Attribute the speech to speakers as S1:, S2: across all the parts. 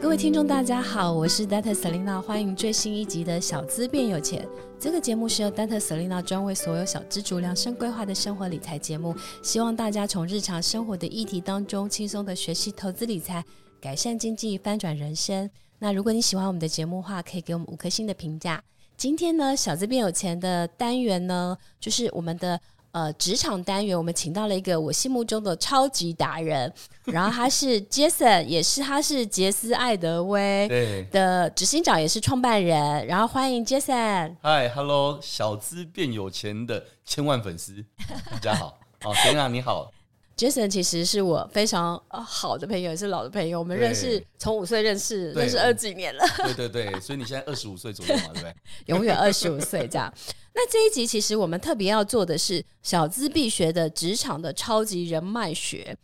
S1: 各位听众，大家好，我是 Data Selina，欢迎最新一集的《小资变有钱》。这个节目是由 Data Selina 专为所有小资族量身规划的生活理财节目，希望大家从日常生活的议题当中轻松的学习投资理财，改善经济，翻转人生。那如果你喜欢我们的节目的话，可以给我们五颗星的评价。今天呢，小资变有钱的单元呢，就是我们的呃职场单元，我们请到了一个我心目中的超级达人， 然后他是 Jason，也是他是杰斯艾德威
S2: 对，
S1: 的执行长，也是创办人。然后欢迎 Jason。
S2: 嗨，Hello，小资变有钱的千万粉丝，大 家好。哦，田娜你好，
S1: Jason 其实是我非常呃好的朋友，也是老的朋友，我们
S2: 对
S1: 认识从五岁认识，
S2: 对
S1: 认识二十几年了，
S2: 对对对，所以你现在二十五岁左右嘛，对不对？
S1: 永远二十五岁这样。 那这一集其实我们特别要做的是小资必学的职场的超级人脉学。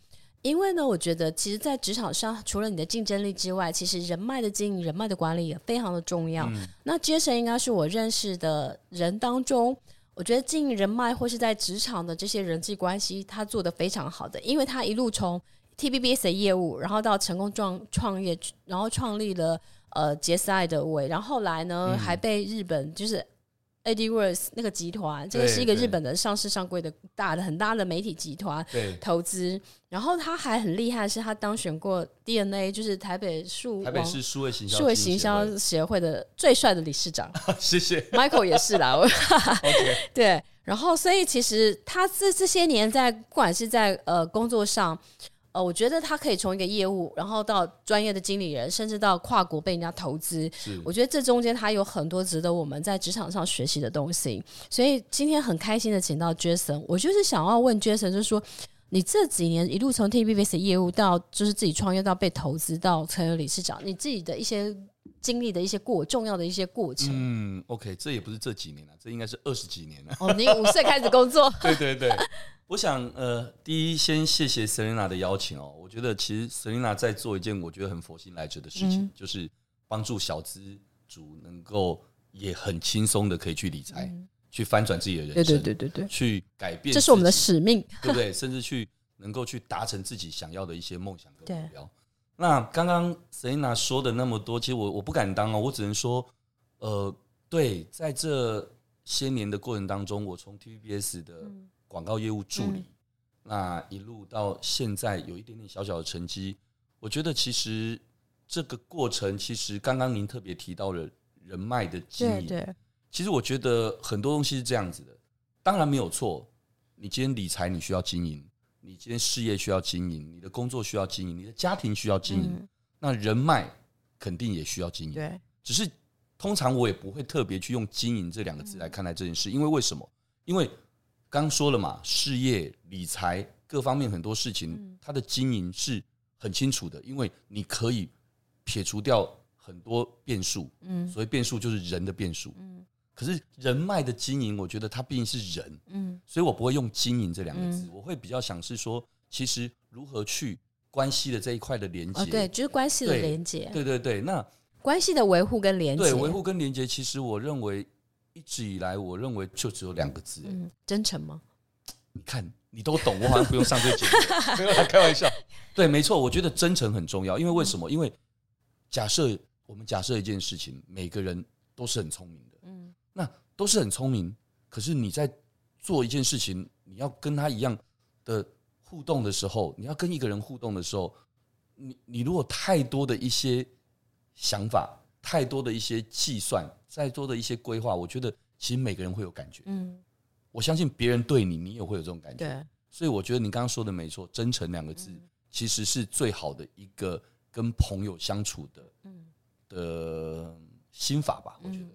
S1: 因为呢，我觉得其实，在职场上，除了你的竞争力之外，其实人脉的经营、人脉的管理也非常的重要。
S2: 嗯
S1: 那 Jason 应该是我认识的人当中，我觉得经营人脉或是在职场的这些人际关系，他做的非常好的，因为他一路从 TBBS 的业务，然后到成功创创业，然后创立了呃杰斯艾德威，然后后来
S2: 嗯
S1: 呢、还被日本就是 AdWords 那个集团，这个
S2: 对
S1: 是一个
S2: 对
S1: 日本的上市上柜的大的很大的媒体集团，
S2: 对，
S1: 投资，然后他还很厉害，是他当选过 DNA，就是台北数
S2: 台北市数位行销，
S1: 数位行销，协会的最帅的理事长
S2: 哦谢谢。
S1: ，Michael 也是啦。我
S2: OK，
S1: 对，然后所以其实他这这些年在不管是在呃工作上，呃，我觉得他可以从一个业务，然后到专业的经理人，甚至到跨国被人家投资，
S2: 是
S1: 我觉得这中间它有很多值得我们在职场上学习的东西，所以今天很开心的请到 Jason，我就是想要问 Jason，就是说你这几年一路从 TBS 业务到就是自己创业到被投资到成为理事长，你自己的一些经历的一些过重要的一些过程。
S2: 嗯，OK，这也不是这几年了，啊这应该是二十几年了。
S1: 哦，你五岁开始工作，
S2: 对对对，我想呃，第一先谢谢 Selina 的邀请哦。我觉得其实 Selina 在做一件我觉得很佛心来者的事情，
S1: 嗯
S2: 就是帮助小资族能够也很轻松的可以去理财，去翻转自己的人生，
S1: 嗯对对，
S2: 去改变自己，
S1: 这是我们的使命。
S2: 对不对？甚至去能够去达成自己想要的一些梦想跟
S1: 对
S2: 目标。那刚刚 Selina 说的那么多，其实我我不敢当哦，我只能说，呃，对，在这些年的过程当中，我从 TVBS 的广告业务助理，那一路到现在有一点点小小的成绩，我觉得其实这个过程，其实刚刚您特别提到了人脉的经营，其实我觉得很多东西是这样子的，当然没有错。你今天理财你需要经营，你今天事业需要经营，你的工作需要经营，你的家庭需要经营，那人脉肯定也需要经营。
S1: 对，
S2: 只是通常我也不会特别去用“经营”这两个字来看待这件事，因为为什么？因为刚说了嘛，事业、理财各方面很多事情，它的经营是很清楚的，因为你可以撇除掉很多变数。嗯，所谓变数就是人的变数。嗯，可是人脉的经营，我觉得它毕竟是人。嗯，所以我不会用“经营”这两
S1: 嗯
S2: 个字，我会比较想是说，其实如何去关系的这一块的连接。
S1: 哦对，就是关系的
S2: 对
S1: 连接，
S2: 对对对，那。
S1: 关系的维护跟连接，
S2: 对，维护跟连接，其实我认为一直以来，我认为就只有两个字。
S1: 嗯，真诚吗？
S2: 你看，你都懂，我好像不用上这个节目， 没有啦，开玩笑。嗯对，没错，我觉得真诚很重要，因为为什么？因为假设我们假设一件事情，每个人都是很聪明的，嗯，那都是很聪明，可是你在做一件事情，你要跟他一样的互动的时候，你要跟一个人互动的时候，你你如果太多的一些想法，太多的一些计算，再多的一些规划，我觉得其实每个人会有感觉。
S1: 嗯，
S2: 我相信别人对你，你也会有这种感觉。
S1: 对，
S2: 所以我觉得你刚刚说的没错，真诚两个字、
S1: 嗯
S2: 其实是最好的一个跟朋友相处的，
S1: 嗯
S2: 的心法吧。我觉得，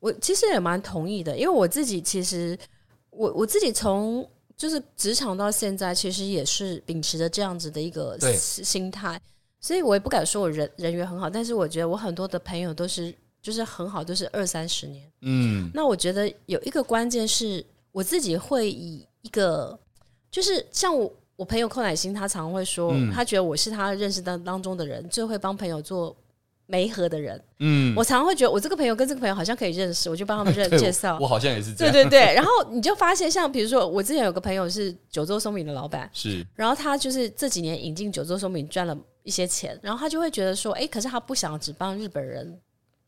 S1: 我其实也蛮同意的，因为我自己其实我我自己从就是职场到现在，其实也是秉持着这样子的一个
S2: 对
S1: 心心态，所以我也不敢说我人人缘很好，但是我觉得我很多的朋友都是就是很好，都是二三十年。
S2: 嗯，
S1: 那我觉得有一个关键是我自己会以一个，就是像我我朋友寇乃馨，他常会说，
S2: 嗯
S1: 他觉得我是他认识当当中的人最会帮朋友做媒合的人。
S2: 嗯，
S1: 我常常会觉得我这个朋友跟这个朋友好像可以认识，我就帮他们认
S2: 对
S1: 介绍
S2: 我，。我好啊像也是这
S1: 对
S2: 样，
S1: 对对，然后你就发现，像比如说我之前有个朋友是九州松饼的老板，
S2: 是，
S1: 然后他就是这几年引进九州松饼赚了一些钱，然后他就会觉得说，哎，可是他不想只帮日本人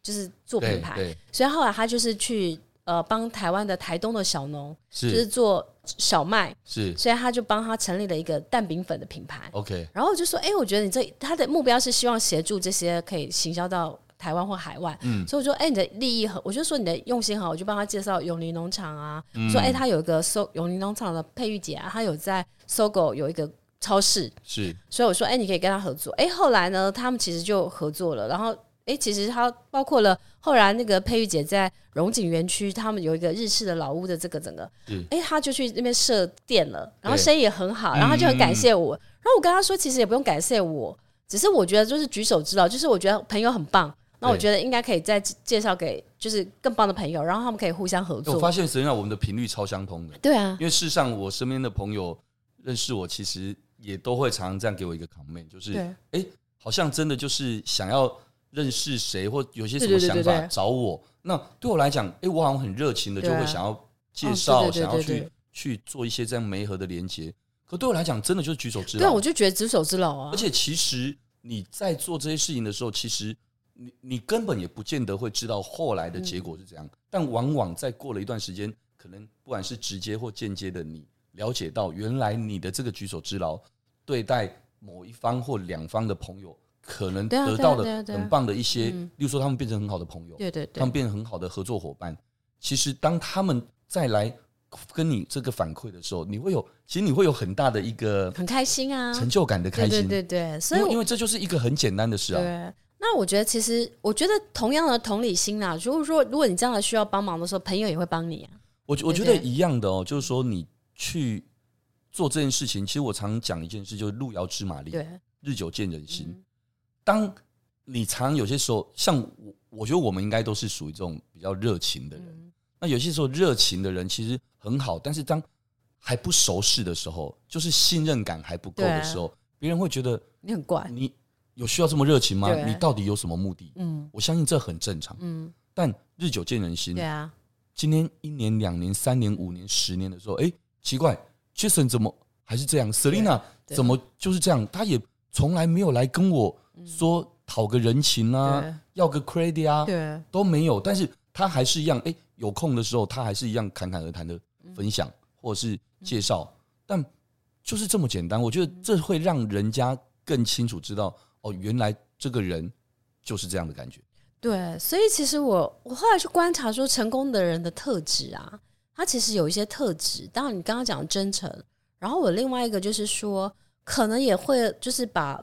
S1: 就是做品
S2: 对
S1: 牌，
S2: 对
S1: 所以后来他就是去呃帮台湾的台东的小农，就是
S2: 是
S1: 做小麦，
S2: 是
S1: 所以他就帮他成立了一个蛋饼粉的品牌。
S2: ，OK，
S1: 然后我就说，哎、我觉得你这他的目标是希望协助这些可以行销到台湾或海外，
S2: 嗯
S1: 所以我说，哎、你的利益很，我就说你的用心好，我就帮他介绍永林农场啊，说，哎、他有一个搜永林农场的佩玉姐啊，她有在搜狗有一个超市，
S2: 是
S1: 所以我说，哎、你可以跟他合作。哎、后来呢，他们其实就合作了。然后，哎、其实他包括了后来那个佩玉姐在荣景园区，他们有一个日式的老屋的这个整个
S2: 是，
S1: 哎、他就去那边设店了，然后
S2: 对
S1: 生意也很好，然后他就很感谢我。然后我跟他说，其实也不用感谢我，只是我觉得就是举手之劳，就是我觉得朋友很棒。那我
S2: 对
S1: 觉得应该可以再介绍给就是更棒的朋友，然后他们可以互相合
S2: 欸我发
S1: 作。
S2: 现实际上我们的频率超相通的，
S1: 对啊，
S2: 因为事实上我身边的朋友认识我，其实也都会常常这样给我一个 comment，就是
S1: 对
S2: 哎、诶好像真的就是想要认识谁或有些什
S1: 对对
S2: 么
S1: 对
S2: 想
S1: 对
S2: 法
S1: 对
S2: 找我。那对我来讲，哎、我好像很热情的就
S1: 对啊
S2: 会想要介绍，
S1: 哦对对对
S2: 想要
S1: 对
S2: 去
S1: 对
S2: 去做一些这样媒合的连接。可对我来讲，真的就是举手之
S1: 对啊，
S2: 劳
S1: 我。就觉得举手之劳啊
S2: 而。且其实你在做这些事情的时候，其实你你根本也不见得会知道后来
S1: 嗯
S2: 的结果是怎样，但往往在过了一段时间，可能不管是直接或间接的，你了解到原来你的这个举手之劳，对待某一方或两方的朋友，可能
S1: 对啊
S2: 得
S1: 对
S2: 到
S1: 啊
S2: 了
S1: 对啊对啊
S2: 很棒的一些，
S1: 嗯
S2: 例如说他们变成很好的朋友，
S1: 对对
S2: 他
S1: 对
S2: 们，变成很好的合作伙伴。其实当他们再来跟你这个反馈的时候，你会有，其实你会有很大的一个
S1: 很开心啊，
S2: 成就感的开心。
S1: 对对对对，所以
S2: 因
S1: 我
S2: 为因为这就是一个很简单的事啊。
S1: 对。那我觉得，其实我觉得同样的同理心啦，如果说如果你将来需要帮忙的时候，朋友也会帮你啊。
S2: 我我觉
S1: 对
S2: 得
S1: 对
S2: 一样的哦，就是说你去做这件事情，其实我常讲一件事，就是路遥知马力，
S1: 对，
S2: 日久见人心。
S1: 嗯
S2: 当你常有些时候，像我，我觉得我们应该都是属于这种比较热情的人。
S1: 嗯
S2: 那有些时候热情的人其实很好，但是当还不熟识的时候，就是信任感还不够
S1: 对啊
S2: 的时候，别人会觉得
S1: 你很怪，
S2: 你有需要这么热情吗？
S1: 对
S2: 你到底有什么目的？
S1: 嗯
S2: 我相信这很正常，
S1: 嗯，
S2: 但日久见人心
S1: 对。啊，
S2: 今天一年、两年、三年、五年、十年的时候，哎、奇怪，Jason 怎么还是这样？Selina
S1: 对
S2: 怎么就是这样？他也从来没有来跟我
S1: 嗯
S2: 说讨个人情啊，要个 credit 啊
S1: 对，对
S2: 都没有。但是他还是一样，哎、有空的时候他还是一样侃侃而谈的分
S1: 嗯
S2: 享或者是介绍，但就是这么简
S1: 嗯
S2: 单。我觉得这会让人家更清楚知道，哦，原来这个人就是这样的感觉。
S1: 对，所以其实我我后来去观察说，成功的人的特质啊，他其实有一些特质。当然，你刚刚讲真诚，然后我另外一个就是说，可能也会就是把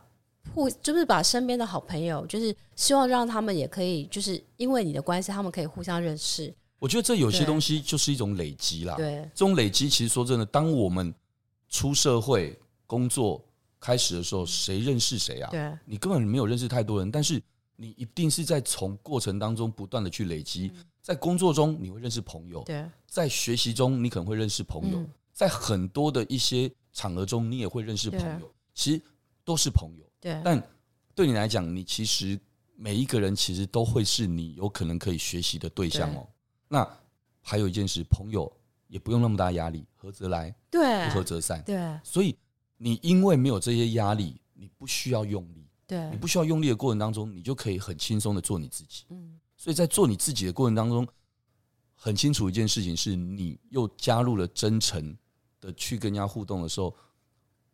S1: 互就是把身边的好朋友，就是希望让他们也可以，就是因为你的关系，他们可以互相认识。
S2: 我觉得这有些
S1: 对
S2: 东西就是一种累积啦。
S1: 对，
S2: 这种累积，其实说真的，当我们出社会工作开始的时候，谁认识谁啊？
S1: 对，
S2: 你根本没有认识太多人，但是你一定是在从过程当中不断的去累积。在工作中，你会认识朋友；
S1: 嗯对，
S2: 在学习中，你可能会认识朋友；
S1: 嗯
S2: 在很多的一些场合中，你也会认识朋友。其实都是朋友，
S1: 对，
S2: 但对你来讲，你其实每一个人其实都会是你有可能可以学习的对象哦。那还有一件事，朋友也不用那么大压力，合则来，不
S1: 对，
S2: 合则散。
S1: 对，
S2: 所以你因为没有这些压力，你不需要用力，你
S1: 对，
S2: 不需要用力的过程当中，你就可以很轻松的做你自己。
S1: 嗯，
S2: 所以在做你自己的过程当中，很清楚一件事情是，你又加入了真诚的去跟人家互动的时候，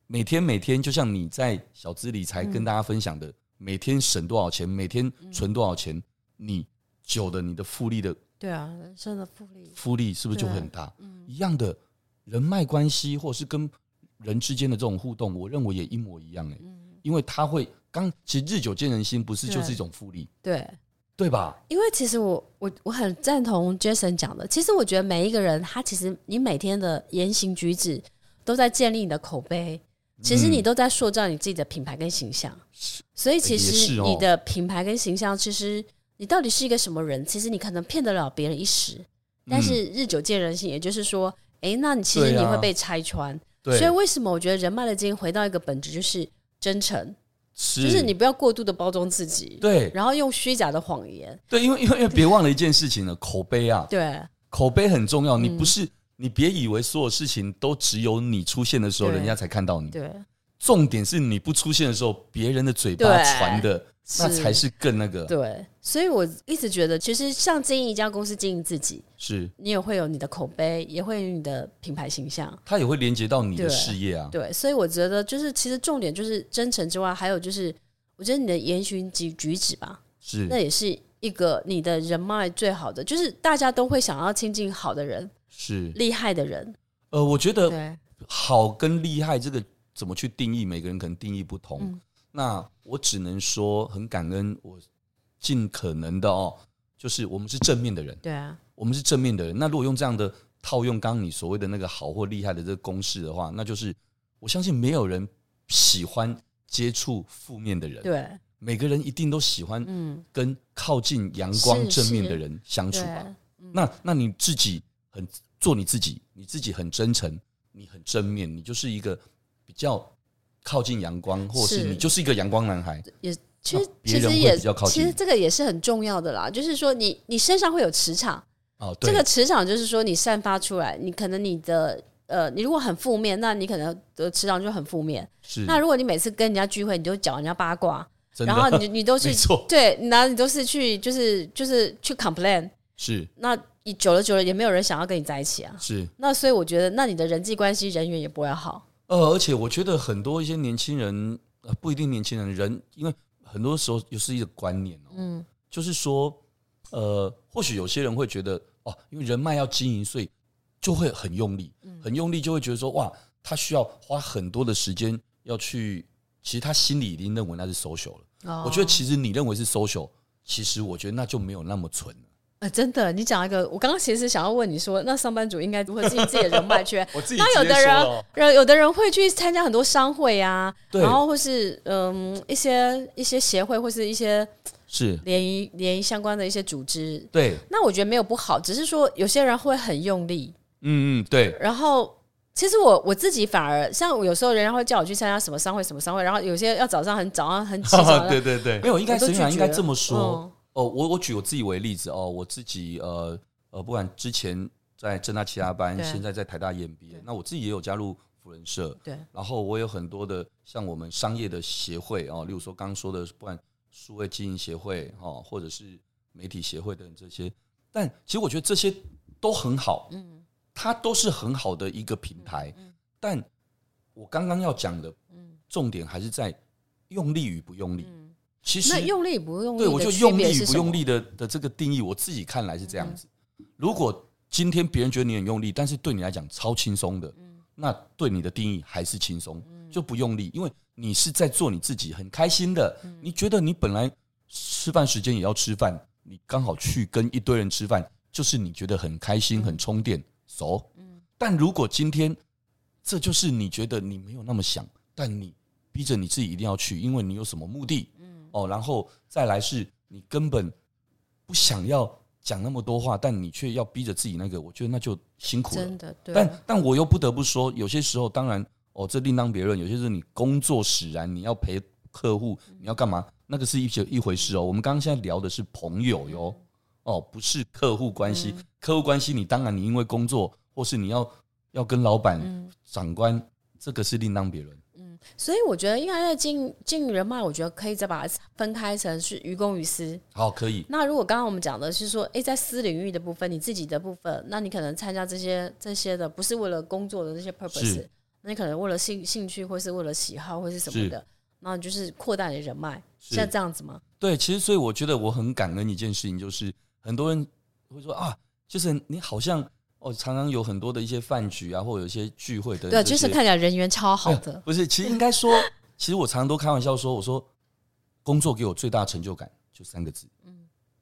S2: 每天每天，就像你在小资理财
S1: 嗯
S2: 跟大家分享的，每天省多少钱，每天存多少钱，你久的你的复利的
S1: 对啊，人生的复利，
S2: 复利是不是就会很大？
S1: 嗯
S2: 一样的人脉关系，或者是跟人之间的这种互动，我认为也一模一样哎、
S1: 嗯
S2: 因为它会刚其实日久见人心，不是就是一种复利，
S1: 对。
S2: 对吧？
S1: 因为其实我我我很赞同 Jason 讲的，其实我觉得每一个人他其实你每天的言行举止，都在建立你的口碑，其实
S2: 嗯
S1: 你都在塑造你自己的品牌跟形象。所以其
S2: 也
S1: 实
S2: 是哦
S1: 你的品牌跟形象，其实你到底是一个什么人，其实你可能骗得了别人一时，但是日久见人心，也就是说，诶，那你其实
S2: 嗯对
S1: 你
S2: 啊
S1: 会被拆穿。
S2: 对，
S1: 所以为什么我觉得人脉的经营回到一个本质就是真诚，
S2: 是
S1: 就是你不要过度的包装自己，
S2: 对
S1: 然后用虚假的谎言，
S2: 对，因为因为因为别忘了一件事情了，口碑啊，
S1: 对
S2: 口碑很
S1: 嗯
S2: 重要。你不是、你别以为所有事情都只有你出现的时候，
S1: 对
S2: 人家才看到你。
S1: 对。
S2: 重点是你不出现的时候，别人的嘴巴
S1: 对
S2: 传的那
S1: 是
S2: 才是更那个。
S1: 对，所以我一直觉得，其实像经营一家公司、经营自己，
S2: 是，
S1: 你也会有你的口碑，也会有你的品牌形象。
S2: 它也会连接到你的
S1: 对
S2: 事业啊。
S1: 对，所以我觉得就是，其实重点就是真诚之外，还有就是，我觉得你的言行及举止吧，
S2: 是
S1: 那也是一个你的人脉最好的，就是大家都会想要亲近好的人、
S2: 是，
S1: 厉害的人。
S2: 呃，我觉得
S1: 对，
S2: 好跟厉害这个怎么去定义，每个人可能定义不同。
S1: 嗯
S2: 那我只能说，很感恩我尽可能的哦，就是我们是正面的人。
S1: 对啊，
S2: 我们是正面的人。那如果用这样的套用刚刚你所谓的那个好或厉害的这个公式的话，那就是我相信没有人喜欢接触负面的人，
S1: 对，
S2: 每个人一定都喜欢
S1: 嗯，
S2: 跟靠近阳光
S1: 是
S2: 正面的
S1: 是
S2: 人相处
S1: 对，
S2: 吧。
S1: 嗯
S2: 那那你自己很做你自己，你自己很真诚，你很正面，你就是一个比较靠近阳光，或者是
S1: 是
S2: 你就是一个阳光男孩。
S1: 也其实其
S2: 别人
S1: 实
S2: 会
S1: 也
S2: 比较靠
S1: 其
S2: 近
S1: 实这个也是很重要的啦，就是说你你身上会有磁场。
S2: 哦，对，
S1: 这个磁场就是说，你散发出来，你可能你的呃，你如果很负面，那你可能的磁场就很负面。
S2: 是
S1: 那如果你每次跟人家聚会，你就讲人家八卦，
S2: 真的
S1: 然后你你 都是
S2: 没错
S1: 对，然后你都是去就是就是去 complain，
S2: 是
S1: 那你久了久了也没有人想要跟你在一起啊。
S2: 是
S1: 那所以我觉得，那你的人际关系人缘也不会好。
S2: 呃，而且我觉得很多一些年轻人，呃，不一定年轻人，人因为很多时候又是一个观念哦，
S1: 嗯，
S2: 就是说，呃，或许有些人会觉得，哦，因为人脉要经营，所以就会很用力，
S1: 嗯
S2: 很用力就会觉得说，哇，他需要花很多的时间要去，其实他心里已经认为那是 social 了。
S1: 哦
S2: 我觉得其实你认为是 social，其实我觉得那就没有那么纯了。
S1: 呃，真的，你讲一个，我刚刚其实想要问你说，那上班族应该如何经营自己的人脉圈？
S2: 我自
S1: 那有的
S2: 哦
S1: 人，人有的人会去参加很多商会啊，
S2: 对
S1: 然后或是嗯一些一些协会或是一些
S2: 是
S1: 联谊联谊相关的一些组织。
S2: 对，
S1: 那我觉得没有不好，只是说有些人会很用力，
S2: 嗯嗯对，
S1: 然后。其实我我自己反而像我有时候人家会叫我去参加什么商会什么商会，然后有些要早上很早上很起， 床啊
S3: 对对对
S2: 没，有，应该
S1: 我都
S2: 沈
S1: 拒
S2: 雅应该
S1: 绝
S2: 这么说。
S1: 嗯
S2: 哦，我我举我自己为例子哦，我自己呃呃，不管之前在正大其他班，
S1: 对
S2: 现在在台大 EMBA，那我自己也有加入辅仁社，
S1: 对
S2: 然后我有很多的像我们商业的协会哦，例如说刚刚说的，不管数位经营协会哦，或者是媒体协会等这些，但其实我觉得这些都很好，嗯，它都是很好的一个平
S1: 嗯
S2: 台，但我刚刚要讲的，重点还是在用力与不用力。其
S1: 嗯
S2: 实
S1: 那用力不用力
S2: 对，我
S1: 的
S2: 就
S1: 区
S2: 用
S1: 别
S2: 力与
S1: 是
S2: 不
S1: 什
S2: 用
S1: 么嗯
S2: 力的的这个定义，我自己看来是这样子。如果今天别人觉得你很用力，但是对你来讲超轻松的，
S1: 嗯
S2: 那对你的定义还是轻松，就不用力，因为你是在做你自己，很开心的。
S1: 嗯
S2: 你觉得你本来吃饭时间也要吃饭，你刚好去跟一堆人吃饭，就是你觉得很开
S1: 嗯
S2: 心、很充电、熟。但如果今天这就是你觉得你没有那么想，但你逼着你自己一定要去，因为你有什么目的，哦，然后再来是你根本不想要讲那么多话，但你却要逼着自己那个，我觉得那就辛苦了
S1: 真。的对，啊
S2: 但但我又不得不说，有些时候当然哦，这另当别论。有些是你工作使然，你要陪客户，你要干嘛，那个是一些一回事哦。我们刚刚现在聊的是朋友哟，哦，不是客户关系。
S1: 嗯
S2: 客户关系，你当然你因为工作，或是你要要跟老板、
S1: 嗯
S2: 长官，这个是另当别论。
S1: 所以我觉得应该在进进人脉，我觉得可以再把它分开成是于公于私。
S2: 好，可以，
S1: 那如果刚刚我们讲的是说，诶，在私领域的部分，你自己的部分，那你可能参加这些这些的，不是为了工作的这些 purpose，
S2: 是
S1: 那你可能为了兴兴趣，或是为了喜好，或是什么
S2: 是
S1: 的，那你就是扩大你的人脉，
S2: 是
S1: 像这样子吗？
S2: 对，其实所以我觉得我很感恩一件事情，就是很多人会说啊，就是你好像哦，常常有很多的一些饭局啊，或有一些聚会等等这些，
S1: 对啊，就是看起来人缘超好的，
S2: 不是，其实应该说，其实我常常都开玩笑说，我说工作给我最大成就感就三个字，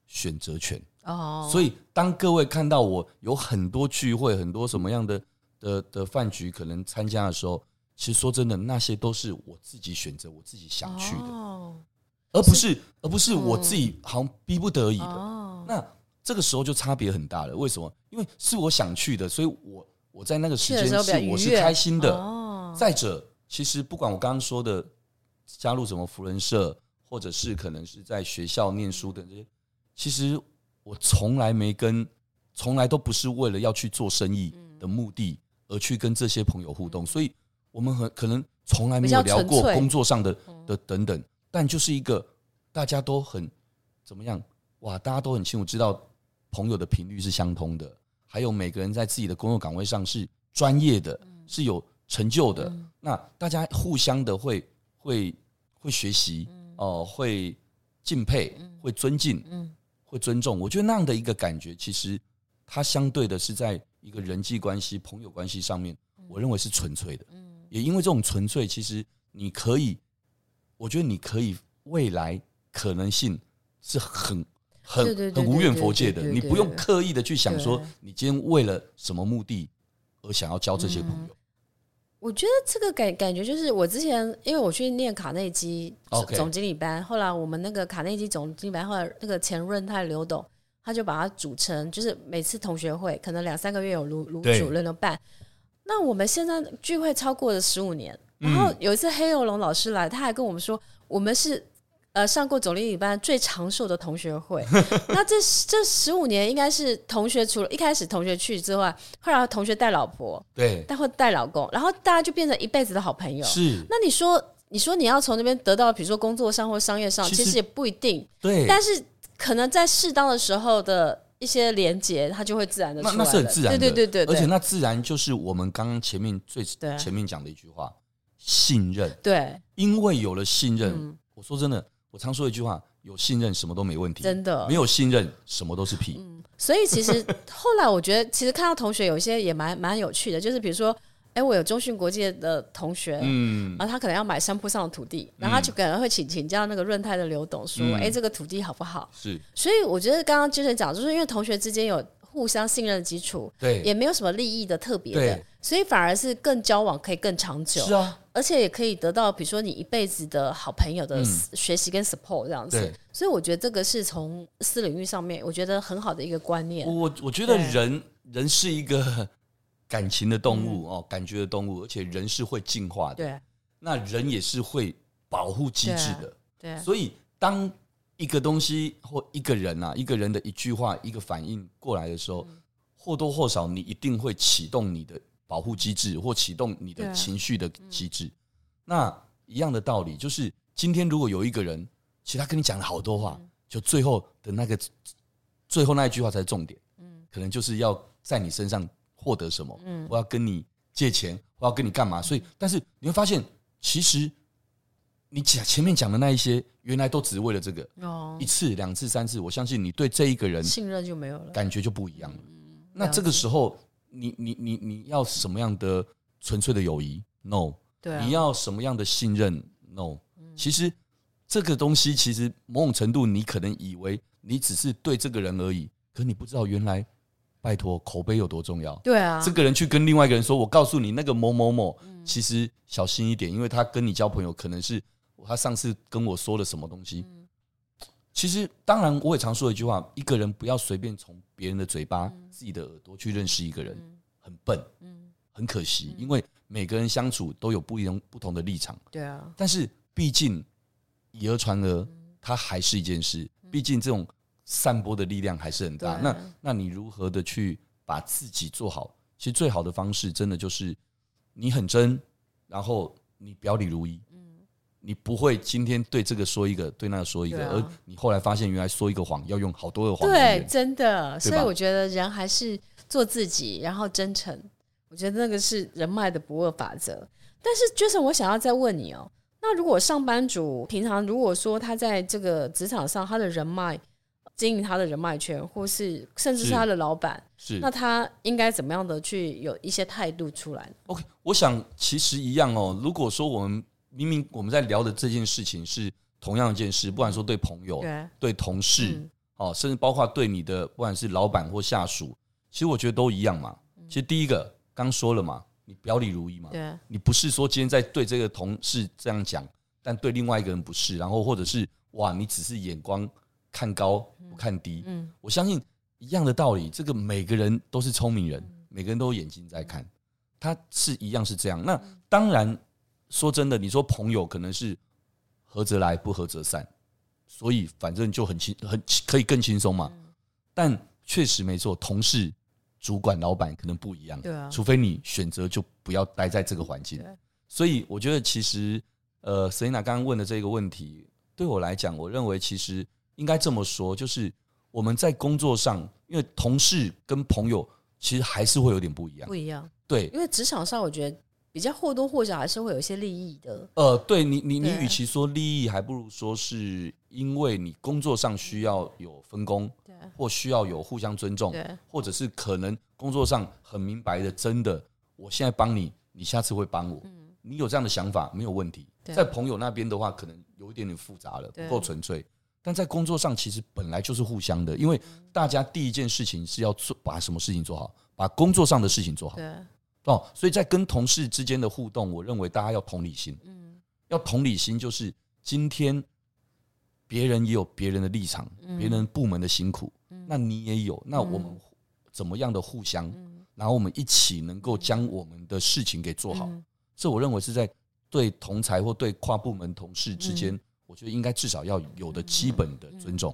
S2: 选择权。
S1: 嗯哦，
S2: 所以当各位看到我有很多聚会，很多什么样的的的饭局可能参加的时候，其实说真的，那些都是我自己选择，我自己想去的，
S1: 哦嗯
S2: 而不是而不是我自己好像逼不得已的。
S1: 哦，
S2: 那这个时候就差别很大了。为什么？因为是我想去的，所以我我在那个时
S1: 去的
S2: 间
S1: 时候比较
S2: 是
S1: 愉
S2: 我是
S1: 悦
S2: 开心的。
S1: 哦
S2: 再者，其实不管我刚刚说的加入什么福人社，或者是可能是在学校念书的这些，其实我从来没跟，从来都不是为了要去做生意
S1: 嗯
S2: 的目的而去跟这些朋友互动，所以我们很可能从来没有聊
S1: 比较纯
S2: 过
S1: 粹
S2: 工作上的
S1: 嗯
S2: 的等等，但就是一个大家都很怎么样哇，大家都很清楚知道朋友的频率是相通的，还有每个人在自己的工作岗位上是专业的，是有成就的。那大家互相的会会会学习，哦、会敬佩，会尊敬，
S1: 嗯
S2: 会尊重。我觉得那样的一个感觉，其实它相对的是在一个人际关系、朋友关系上面，我认为是纯粹的。
S1: 嗯
S2: 也因为这种纯粹，其实你可以，我觉得你可以未来可能性是很很
S1: 对对对
S2: 很无远
S1: 对
S2: 佛界
S1: 对
S2: 的，
S1: 对
S2: 你
S1: 对
S2: 不用刻意的去想说
S1: 对
S2: 你今天为了什么目的而想要交这些朋
S1: 嗯
S2: 友。
S1: 我觉得这个感感觉就是我之前，因为我去念卡内基
S2: OK
S1: 总经理班，后来我们那个卡内基总经理班，后来那个前润泰刘董，他就把它组成，就是每次同学会可能两三个月有卢卢
S2: 对
S1: 主任的办。那我们现在聚会超过了十五年，然
S2: 嗯
S1: 后有一次黑游龙老师来，他还跟我们说，我们是呃上过总经理班最长寿的同学 会。那这这十五年应该是同学除了一开始同学去之外，后来同学带老婆，
S2: 对，
S1: 但会带老公，然后大家就变成一辈子的好朋友。
S2: 是，
S1: 那你说，你说你要从那边得到，比如说工作上或商业上，
S2: 其
S1: 其
S2: 实
S1: 实也不一定，
S2: 对，
S1: 但是可能在适当的时候的一些连接，它就会自然的出来
S2: 那那是很自然的，
S1: 对对对对，
S2: 而且那自然就是我们刚刚前面最
S1: 对啊
S2: 前面讲的一句话，信任。
S1: 对
S2: 因为有了信任，
S1: 嗯
S2: 我说真的，我常说一句话：有信任什么都没问题，
S1: 真的嗯
S2: 没有信任什么都是屁。
S1: 所以其实后来我觉得，其实看到同学有一些也蛮蛮有趣的，就是比如说，哎，我有中讯国际的同学，
S2: 嗯，
S1: 然后他可能要买山坡上的土地，然后他就可能会请请教那个润泰的刘董说，
S2: 嗯
S1: 哎、这个土地好不好？
S2: 是
S1: 所以我觉得刚刚精神讲，就是因为同学之间有互相信任的基础，也
S2: 对，
S1: 没有什么利益的特别的
S2: 对，
S1: 所以反而是更交往可以更长久，
S2: 是啊，
S1: 而且也可以得到比如说你一辈子的好朋友的
S2: 嗯
S1: 学习跟 support 这样子
S2: 对。
S1: 所以我觉得这个是从私领域上面，我觉得很好的一个观念
S2: 我。我我觉得
S1: 对
S2: 人人是一个感情的动物、哦，感觉的动物，而且人是会进化
S1: 嗯
S2: 的，
S1: 对
S2: 那人也是会保护机制的。
S1: 对
S2: 所以，当一个东西或一个人啊，一个人的一句话、一个反应过来的时
S1: 嗯
S2: 候，或多或少你一定会启动你的保护机制，或启动你
S1: 对
S2: 的情绪的机制。那一样的道理，就是今天如果有一个人，其实他跟你讲了好多话，就最后的那个最后那一句话才是重点。可能就是要在你身上获得什么，嗯，我要跟你借钱，我要跟你干嘛？所以，但是你会发现，其实你讲前面讲的那一些，原来都只是为了这个
S1: 哦
S2: 一，次、两次、三次。我相信你对这一个人
S1: 信任就没有了。
S2: 感觉就不一样了。
S1: 嗯
S2: 那这个时候，你你你你要什么样的纯粹的友谊？No，
S1: 对啊嗯
S2: 你要什么样的信任？No，其实这个东西其实某种程度，你可能以为你只是对这个人而已，可你不知道原来，拜托口碑有多重要。
S1: 对啊
S2: 这，个人去跟另外一个人说：“我告诉你，那个某某某，其实小心一点，因为他跟你交朋友，可能是他上次跟我说了什么东西。其实，当然，我也常说一句话：一个人不要随便从别人的嘴巴、自己的耳朵去认识一个人，很笨，很可惜，因为每个人相处都有不一样不同的立场。
S1: 对啊，
S2: 但是毕竟以讹传讹，
S1: 嗯
S2: 它还是一件事。毕竟这种散播的力量还是很大。
S1: 对啊
S2: 那那你如何的去把自己做好？其实最好的方式，真的就是你很真，然后你表里如一。
S1: 嗯
S2: 你不会今天对这个说一个，对那个说一个，
S1: 对啊
S2: 而你后来发现原来说一个谎要用好多个谎来
S1: 对，
S2: 圆。
S1: 真的。
S2: 对
S1: 所
S2: 吧
S1: 以我觉得人还是做自己，然后真诚。我觉得那个是人脉的不二法则。但是，Jason，我想要再问你哦，那如果上班族平常如果说他在这个职场上，他的人脉经营他的人脉圈，或是甚至是
S2: 是
S1: 他的老板，
S2: 是
S1: 那他应该怎么样的去有一些态度出来呢？
S2: OK，我想其实一样哦。如果说我们明明我们在聊的这件事情是同样一件事，不管说对朋友、啊
S1: 对，
S2: 对同事、
S1: 嗯
S2: 哦，甚至包括对你的不管是老板或下属，其实我觉得都一样嘛。其实第一个，刚说了嘛，你表里如一
S1: 嗯
S2: 嘛，
S1: 对，
S2: 你不是说今天在对这个同事这样讲，但对另外一个人不是，然后或者是哇，你只是眼光看高不看低。
S1: 嗯
S2: 我相信一样的道理，这个每个人都是聪明人，
S1: 嗯
S2: 每个人都有眼睛在看，他是一样是这样。那
S1: 嗯
S2: 当然，说真的，你说朋友可能是合则来，不合则散，所以反正就很轻，很可以更轻松嘛。
S1: 嗯
S2: 但确实没错，同事、主管、老板可能不一样。
S1: 对啊，
S2: 除非你选择就不要待在这个环境
S1: 对。
S2: 所以我觉得其实，呃，Selina 刚刚问的这个问题，对我来讲，我认为其实应该这么说，就是我们在工作上，因为同事跟朋友其实还是会有点不一样
S1: 不。一样，
S2: 对，
S1: 因为职场上我觉得比较或多或少还是会有一些利益的，
S2: 呃，对你，你你
S1: 对
S2: 与其说利益，还不如说是因为你工作上需要有分工，
S1: 对
S2: 或需要有互相尊重，
S1: 嗯对
S2: 或者是可能工作上很明白的，真的，我现在帮你，你下次会帮我。你有这样的想法没有问题。
S1: 嗯对
S2: 在朋友那边的话，可能有一点点复杂了，
S1: 对
S2: 不够纯粹。但在工作上，其实本来就是互相的，因为
S1: 嗯
S2: 大家第一件事情是要做把什么事情做好，把工作上的事情做好
S1: 对
S2: 哦。所以在跟同事之间的互动，我认为大家要同理心。要同理心就是今天别人也有别人的立场，别人部门的辛苦，那你也有，那我们怎么样的互相，然后我们一起能够将我们的事情给做好，
S1: 嗯
S2: 这我认为是在对同才或对跨部门同事之间，我觉得应该至少要有的基本的尊重。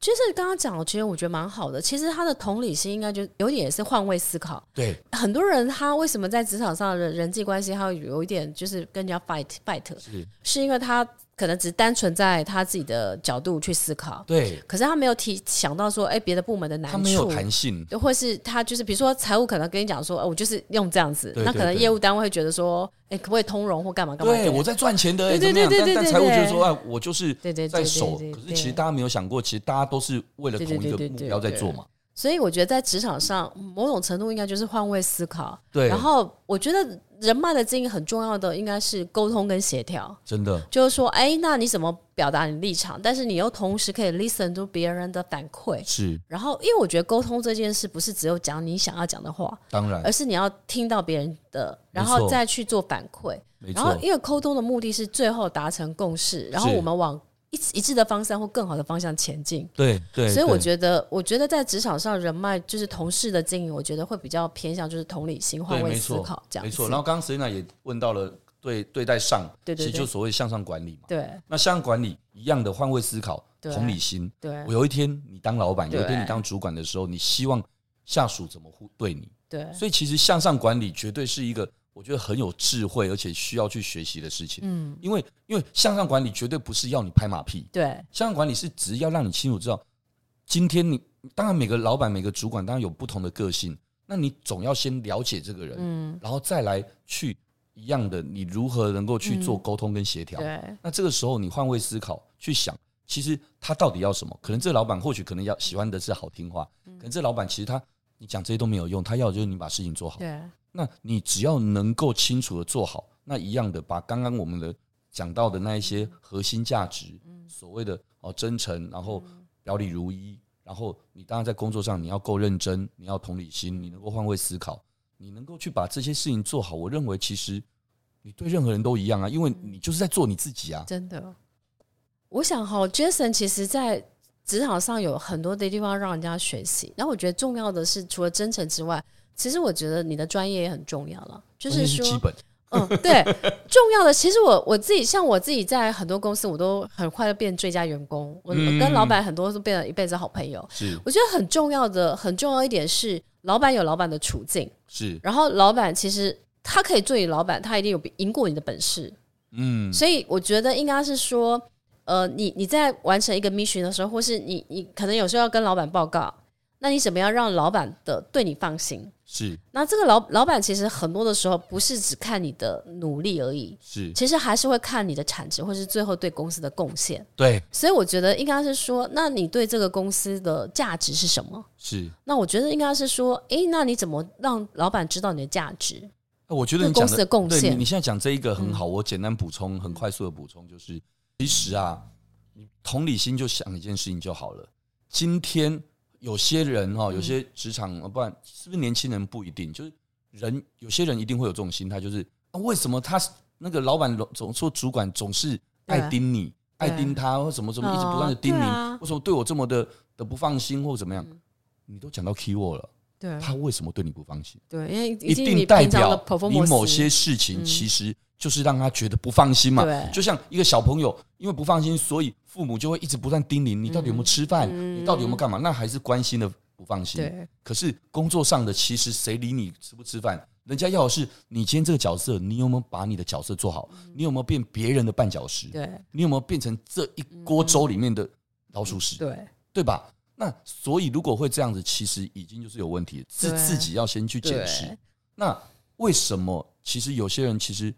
S1: 其实刚刚讲，其实我觉得蛮好的。其实他的同理心应该就有点也是换位思考。
S2: 对
S1: 很多人他为什么在职场上的人际关系他会有一点就是跟人家 fight fight，
S2: 是，
S1: 是因为他可能只单纯在他自己的角度去思考，
S2: 对
S1: 可是他没有提想到说，哎，别的部门的难
S2: 他
S1: 处，
S2: 没有弹性，
S1: 或是他就是比如说财务可能跟你讲说，哦，我就是用这样子，
S2: 对
S1: 那
S2: 对
S1: 可能
S2: 对
S1: 业务单位会觉得说，哎，可不可以通融或干嘛干嘛？
S2: 对我在赚钱的、欸，
S1: 对对
S2: 怎么样
S1: 对对对
S2: 但但
S1: 对
S2: 财务觉得
S1: 对
S2: 说，啊，我就是
S1: 对对对
S2: 在
S1: 对
S2: 手，
S1: 对对
S2: 可是其实大家没有想过，其实大家都是为了
S1: 对对
S2: 同一个
S1: 对对
S2: 目
S1: 对
S2: 标在
S1: 对
S2: 做嘛。
S1: 所以我觉得在职场上，某种程度应该就是换位思考。
S2: 对
S1: 然后我觉得人脉的经营很重要的应该是沟通跟协调，
S2: 真的，
S1: 就是说，哎，那你怎么表达你立场？但是你又同时可以 listen to 别人的反馈。
S2: 是
S1: 然后，因为我觉得沟通这件事不是只有讲你想要讲的话，
S2: 当然
S1: 而，是你要听到别人的，
S2: 没
S1: 然
S2: 错
S1: 后再去做反馈。
S2: 没
S1: 然后
S2: 错，，
S1: 因为沟通的目的是最后达成共识，然后
S2: 是
S1: 我们往一一致的方向或更好的方向前进。
S2: 对哎对。
S1: 所以我
S2: 得
S1: 觉得，我觉得在职场上人脉就是同事的经营，我觉得会比较偏向就是同理心、换
S2: 对，
S1: 位
S2: 没
S1: 思
S2: 错，
S1: 考这样
S2: 没
S1: 子。
S2: 错。然后刚刚 Selina 也问到了对对待上，
S1: 对对
S2: 其实
S1: 对
S2: 就所谓向上管理嘛。
S1: 对
S2: 那向上管理一样的换位思考、
S1: 对
S2: 同理心。
S1: 对
S2: 我有一天你当老板，有一天你
S1: 对
S2: 当主管的时候，你希望下属怎么互对你？
S1: 对，
S2: 所以其实向上管理绝对是一个我觉得很有智慧而且需要去学习的事情。
S1: 嗯，
S2: 因为因为向上管理绝对不是要你拍马屁，
S1: 对
S2: 向上管理是只要让你清楚知道，今天你当然每个老板每个主管当然有不同的个性，那你总要先了解这个人，
S1: 嗯
S2: 然后再来去一样的你如何能够去做沟通跟协调。
S1: 嗯对
S2: 那这个时候你换位思考去想，其实他到底要什么？可能这老板或许可能要喜欢的是好听话，可能这老板其实他你讲这些都没有用，他要的就是你把事情做好。
S1: 对
S2: 那你只要能够清楚的做好，那一样的把刚刚我们的讲到的那一些核心价值，所谓的哦真诚，然后表里如一，然后你当然在工作上你要够认真，你要同理心，你能够换位思考，你能够去把这些事情做好。我认为其实你对任何人都一样啊，因为你就是在做你自己啊。
S1: 真的。我想哈，Jason 其实在职场上有很多的地方让人家学习。然后我觉得重要的是，除了真诚之外，其实我觉得你的专业也很重要了。就
S2: 关键
S1: 是
S2: 哦是
S1: 说，
S2: 基本，
S1: 嗯，对，重要的其实我我自己像我自己在很多公司，我都很快就变最佳员工，我、
S2: 嗯
S1: 我跟老板很多都变了一辈子好朋友。
S2: 是
S1: 我觉得很重要的很重要一点是，老板有老板的处境，
S2: 是，
S1: 然后老板其实他可以做你老板，他一定有比赢过你的本事，
S2: 嗯，
S1: 所以我觉得应该是说，呃，你你在完成一个 mission 的时候，或是你你可能有时候要跟老板报告，那你怎么样让老板的对你放心？
S2: 是
S1: 那这个老老板其实很多的时候不是只看你的努力而已，
S2: 是，
S1: 其实还是会看你的产值，或是最后对公司的贡献。
S2: 对，
S1: 所以我觉得应该是说，那你对这个公司的价值是什么？
S2: 是。
S1: 那我觉得应该是说，诶，那你怎么让老板知道你的价值？
S2: 那我觉得
S1: 对
S2: 你讲
S1: 公司的贡
S2: 对
S1: 献嗯
S2: 你你现在讲这一个很好，我简单补充，很快速的补充，就是其实啊，你同理心就想一件事情就好了。
S1: 嗯
S2: 今天有些人哈、哦，有些职场，呃不然是不是年轻人不一定，就是人有些人一定会有这种心态，就是啊，为什么他那个老板总说主管总是爱盯你，爱盯他，或什么什么，一直不断的盯你，
S1: 哦对啊嗯
S2: 为什么对我这么的的不放心，或怎么样？你都讲到 key word 了，
S1: 对
S2: 他为什么对你不放心？
S1: 对，因为
S2: 一
S1: 已经
S2: 定
S1: 你
S2: 代
S1: 平常
S2: 表
S1: 的 performance 嗯
S2: 你某些事情其实就是让他觉得不放心嘛。
S1: 对
S2: 就像一个小朋友，因为不放心，所以父母就会一直不断叮
S1: 嗯
S2: 咛你到底有没有吃饭，你到底有没有干嘛，那还是关心的不放心。
S1: 对
S2: 可是工作上的，其实谁理你吃不吃饭？人家要的是你今天这个角色，你有没有把你的角色做好？你有没有变别人的绊脚石？
S1: 嗯对嗯
S2: 你有没有变成这一锅粥里面的老鼠屎？
S1: 对
S2: 对吧？那所以如果会这样子，其实已经就是有问题了，是
S1: 对
S2: 自己要先去检视。
S1: 对
S2: 那为什么其实有些人其实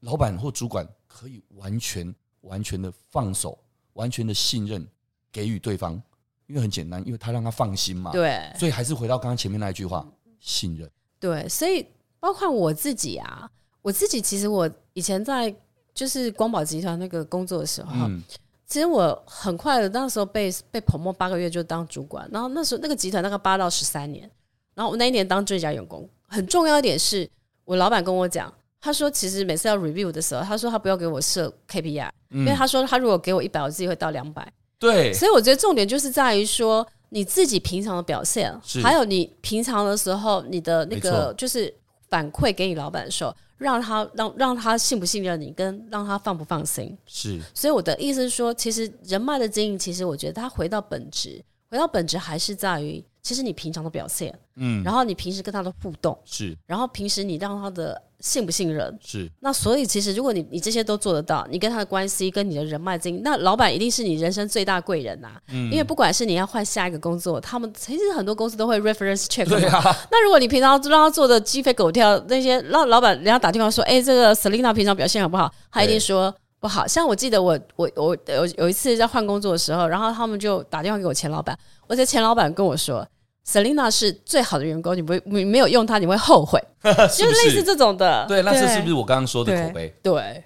S2: 老板或主管可以完全完全的放手，完全的信任给予对方？因为很简单，因为他让他放心嘛。。
S1: 对嗯
S2: 所以还是回到刚刚前面那一句话，信任。
S1: 对，所以包括我自己啊，我自己其实我以前在就是光宝集团那个工作的时候，
S2: 嗯，
S1: 其实我很快的，那时候被被捧墨八个月就当主管，然后那时候那个集团大概八到十三年，然后我那一年当最佳员工。很重要一点是我老板跟我讲，他说其实每次要 review 的时候，他说他不要给我设 KPI，、因为他说他如果给我一百，我自己会到两百。
S2: 嗯对，
S1: 所以我觉得重点就是在于说你自己平常的表现
S2: 是，
S1: 还有你平常的时候你的那
S2: 没
S1: 个
S2: 错
S1: 就是反馈给你老板的时候，让他让让他信不信任你，跟让他放不放心。
S2: 是
S1: 所以我的意思是说，其实人脉的经营，其实我觉得它回到本质，回到本质还是在于，其实你平常的表现，
S2: 嗯
S1: 然后你平时跟他的互动，
S2: 是
S1: 然后平时你让他的信不信任。
S2: 是，
S1: 那所以其实如果你你这些都做得到，你跟他的关系跟你的人脉经营，那老板一定是你人生最大贵人呐、啊
S2: 嗯
S1: 因为不管是你要换下一个工作，他们其实很多公司都会 reference check
S2: 对
S1: 嘛
S2: 啊，
S1: 那如果你平常让他做的鸡飞狗跳，那些让老板人家打电话说，哎、这个 Selina 平常表现好不好？他一定说不好。像我记得我我我有有一次在换工作的时候，然后他们就打电话给我前老板，我且前老板跟我说，Selina 是最好的员工，你不会你没有用她，你会后悔，
S2: 是不
S1: 就是类似
S2: 是？
S1: 这种的。
S2: 对，那这是不是我刚刚说的口碑？
S1: 对，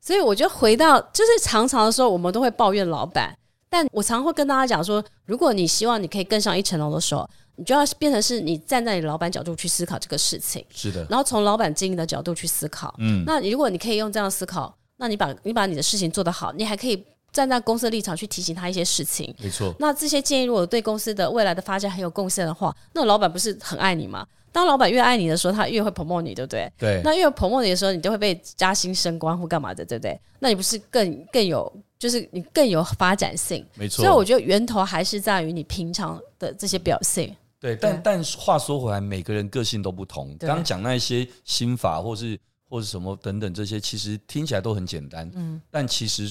S1: 所以我觉得回到就是常常的时候，我们都会抱怨老板，但我常会跟大家讲说，如果你希望你可以更上一层楼的时候，你就要变成是你站在你老板角度去思考这个事情，
S2: 是的，
S1: 然后从老板经营的角度去思考。
S2: 嗯，
S1: 那如果你可以用这样思考，那你把你把你的事情做得好，你还可以站在公司的立场去提醒他一些事情。
S2: 没错，
S1: 那这些建议如果对公司的未来的发展很有贡献的话，那老板不是很爱你吗？当老板越爱你的时候，他越会 promote 你，对不对？
S2: 对，
S1: 那因为捧捧你的时候，你就会被加薪升官或干嘛的，对不对？那你不是更更有，就是你更有发展性。
S2: 没
S1: 所
S2: 错。
S1: 以我觉得源头还是在于你平常的这些表现。
S2: 对，但
S1: 对
S2: 但话说回来，每个人个性都不同。
S1: 对
S2: 刚刚讲那一些心法，或是或是什么等等这些，其实听起来都很简单。嗯，但其实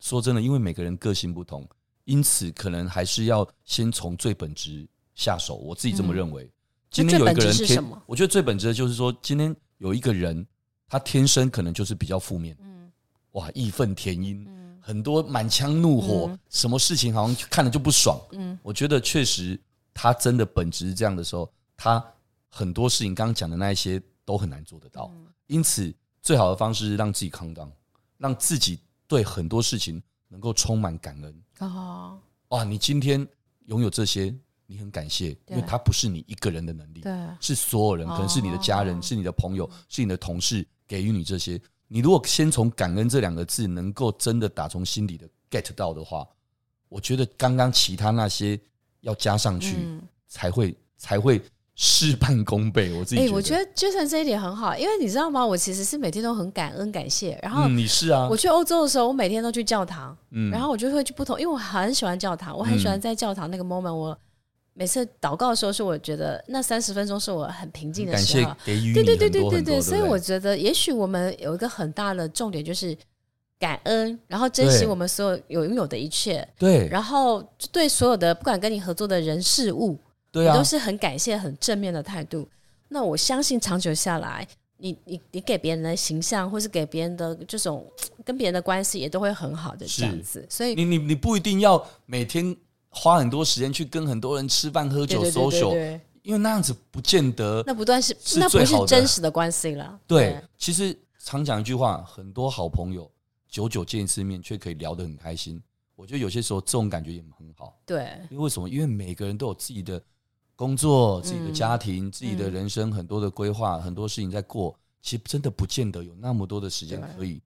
S2: 说真的，因为每个人个性不同，因此可能还是要先从最本质下手。我自己这么认为。今天有一个
S1: 嗯最
S2: 人
S1: 本质是
S2: 天
S1: 什么，
S2: 我觉得最本质的就是说，今天有一个人，他天生可能就是比较负面。嗯，哇，义愤填膺。
S1: 嗯
S2: 很多满腔怒火，什么事情好像看了就不爽。嗯，我觉得确实他真的本质是这样的时候，他很多事情刚刚讲的那一些都很难做得到。
S1: 嗯
S2: 因此，最好的方式是让自己 calm down，让自己对很多事情能够充满感恩。
S1: 哦，
S2: 哇，你今天拥有这些，你很感谢，因
S1: 对
S2: 为它不是你一个人的能力，
S1: 对
S2: 是所有人，可能是你的家人，
S1: 哦
S2: 是你的朋友，是你的同事给予你这些。你如果先从感恩这两个字能够真的打从心底的 get 到的话，我觉得刚刚其他那些要加上去，
S1: 嗯，
S2: 才会才会事半功倍。我自己
S1: 哎、
S2: 觉得，
S1: 我觉得 Jason 这一点很好，因为你知道吗？我其实是每天都很感恩感谢。然后
S2: 嗯，你是啊
S1: 我，去欧洲的时候，我每天都去教堂，
S2: 嗯，
S1: 然后我就会去不同，因为我很喜欢教堂，我很喜欢在教堂那个 moment。我每次祷告的时候，是我觉得那三十分钟是我很平静的
S2: 感
S1: 时候
S2: 谢。给予你
S1: 对对
S2: 很
S1: 对
S2: 多很
S1: 对
S2: 多，
S1: 对
S2: 对不对，
S1: 所以我觉得，也许我们有一个很大的重点就是感恩，然后珍惜
S2: 对
S1: 我们所有有拥有的一切，
S2: 对
S1: 然后对所有的不管跟你合作的人事物，
S2: 对
S1: 你
S2: 啊
S1: 都，是很感谢、很正面的态度。那我相信长久下来，你你你给别人的形象，或是给别人的这种跟别人的关系，也都会很好的
S2: 是
S1: 这样子。所以
S2: 你你你不一定要每天花很多时间去跟很多人吃饭
S1: 对
S2: 喝酒
S1: 对对对
S2: social，
S1: 对
S2: 因为那样子不见得
S1: 那不断是
S2: 是
S1: 那不
S2: 最
S1: 是
S2: 好的
S1: 真实的关系了。
S2: 对。其实常讲一句话，很多好朋友久久见一次面，却可以聊得很开心。我觉得有些时候这种感觉也很好，
S1: 对
S2: 因为为什么？因为每个人都有自己的工作、自己的家庭、自己的人生很多的规划，很多事情在过，其实真的不见得有那么多的时间
S1: 对
S2: 可以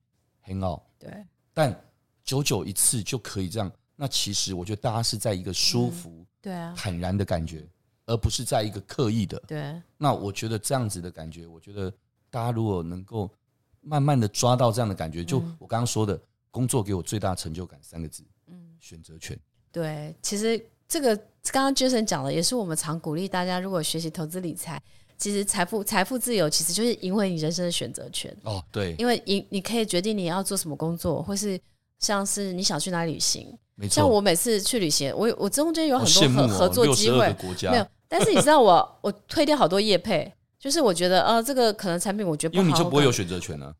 S2: hang out，
S1: 对，
S2: 但久久一次就可以这样。那其实我觉得大家是在一个舒服、
S1: 对啊，
S2: 坦然的感觉，而不是在一个刻意的。
S1: 对，
S2: 那我觉得这样子的感觉，我觉得大家如果能够慢慢的抓到这样的感觉，就
S1: 嗯
S2: 我刚刚说的，工作给我最大成就感三个字，
S1: 嗯。
S2: 选择权。
S1: 对，其实这个刚刚 Jason 讲的，也是我们常鼓励大家，如果学习投资理财，其实财富财富自由其实就是赢回你人生的选择权，
S2: 哦，对，
S1: 因为你你可以决定你要做什么工作，或是像是你想去哪里旅行。
S2: 没错。
S1: 像我每次去旅行，我我中间有
S2: 好
S1: 很
S2: 羡
S1: 多
S2: 慕
S1: 合、
S2: 哦，
S1: 合作机
S2: 62
S1: 会
S2: 个，国家
S1: 没有。 但是你知道我我推掉好多业配，就是我觉得呃这个可能产品我觉得不
S2: 因
S1: 好，
S2: 为你就不会有
S1: 我可
S2: 选择权了、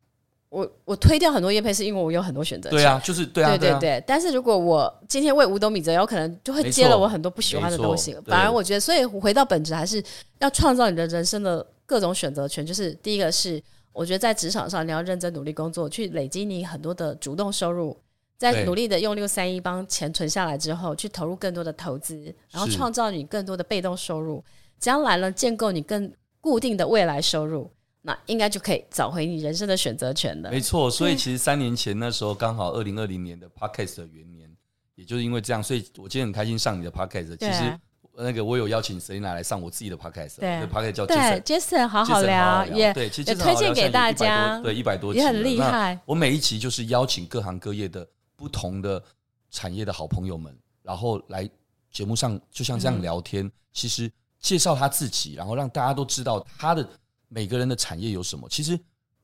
S1: 我我推掉很多业配，是因为我有很多选择。
S2: 对啊，就是对啊，
S1: 对对
S2: 啊，
S1: 对，但是如果我今天为五斗米折腰，可能就会
S2: 没
S1: 接了
S2: 错
S1: 我很多不喜欢的
S2: 没错
S1: 东西。
S2: 对
S1: 反而我觉得，所以回到本质，还是要创造你的人生的各种选择权。就是第一个是，我觉得在职场上你要认真努力工作，去累积你很多的主动收入，在
S2: 对
S1: 努力的用六三一帮钱存下来之后，去投入更多的投资，然后
S2: 是
S1: 创造你更多的被动收入，将来呢，建构你更固定的未来收入，那应该就可以找回你人生的选择权了。
S2: 没错。所以
S1: 嗯
S2: 其实三年前那时候刚好二零二零年的 podcast 的元年，也就是因为这样，所以我今天很开心上你的 podcast。
S1: 对
S2: 其
S1: 啊
S2: 实那个我有邀请 Selina 来上我自己的 podcast，
S1: 对啊
S2: 我的 podcast 叫
S1: 对
S2: Jason。
S1: ，Jason 好
S2: Jason
S1: 好聊，也
S2: 对，其实
S1: 也
S2: Jason 好好
S1: 推荐
S2: 聊
S1: 给
S2: 现在有
S1: 大
S2: 100多
S1: 家
S2: 对，一百多集
S1: 也很
S2: 了
S1: 厉
S2: 那
S1: 害
S2: 我每一集就是邀请各行各业的不同的产业的好朋友们，然后来节目上就像
S1: 嗯
S2: 这样聊天，其实介绍他自己，然后让大家都知道他的每个人的产业有什么。其实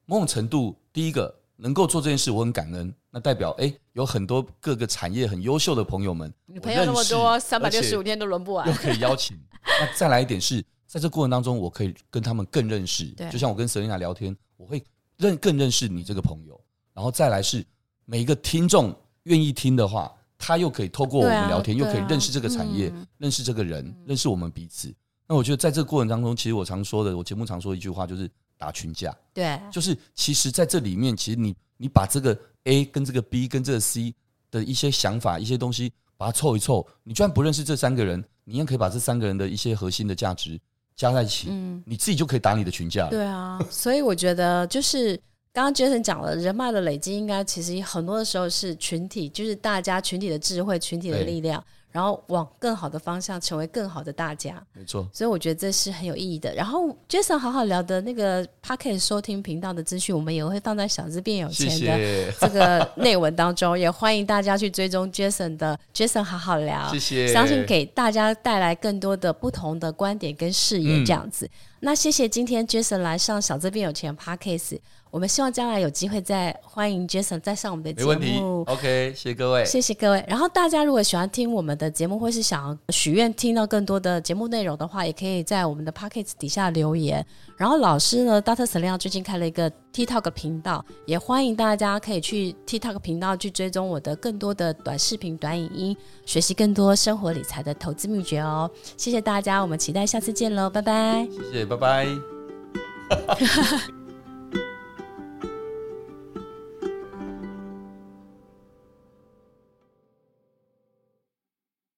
S2: 某种程度，第一个能够做这件事，我很感恩，那代表诶有很多各个产业很优秀的朋友们，
S1: 你朋友那么多，三百六十五
S2: 天
S1: 天都轮不完
S2: 又。可以 邀请。那再来一点是，在这过程当中，我可以跟他们更认识
S1: 对。
S2: 就像我跟 Selina 聊天，我会认更认识你这个朋友。然后再来是每一个听众愿意听的话，他又可以透过我
S1: 对啊
S2: 们聊天，又可
S1: 对啊
S2: 以认识这个产业，
S1: 嗯
S2: 认识这个人，认识我们彼此。那我觉得在这个过程当中，其实我常说的，我节目常说一句话，就是打群架。
S1: 对，
S2: 就是其实在这里面，其实你你把这个 A 跟这个 B 跟这个 C 的一些想法、一些东西，把它凑一凑，你就算不认识这三个人，你一样可以把这三个人的一些核心的价值加在一起，
S1: 嗯，
S2: 你自己就可以打你的群架了。
S1: 对啊。所以我觉得就是刚刚 Jason 讲了，人脉的累积，应该其实很多的时候是群体，就是大家群体的智慧、群体的
S2: 对
S1: 力量，然后往更好的方向，成为更好的大家。
S2: 没错，
S1: 所以我觉得这是很有意义的。然后 Jason 好好聊的那个 p o c k e t 收听频道的资讯，我们也会放在小资变有钱
S2: 谢
S1: 的
S2: 谢，
S1: 这个内文当中，也欢迎大家去追踪 Jason 的 Jason 好好聊，
S2: 谢谢，
S1: 相信给大家带来更多的不同的观点跟视野，
S2: 嗯
S1: 这样子。那谢谢今天 Jason 来上小资变有钱 Podcast，我们希望将来有机会再欢迎 Jason 再上我们的
S2: 没问
S1: 节
S2: 题
S1: 目。
S2: ，OK，谢谢各位，
S1: 谢谢各位。然后大家如果喜欢听我们的节目，或是想要许愿听到更多的节目内容的话，也可以在我们的 p o c k e t 底下留言。然后老师呢，Dr. Selina 最近开了一个 TikTok 频道，也欢迎大家可以去 TikTok 频道去追踪我的更多的短视频、短影音，学习更多生活理财的投资秘诀哦。谢谢大家，我们期待下次见喽，拜拜。
S2: 谢谢，拜拜。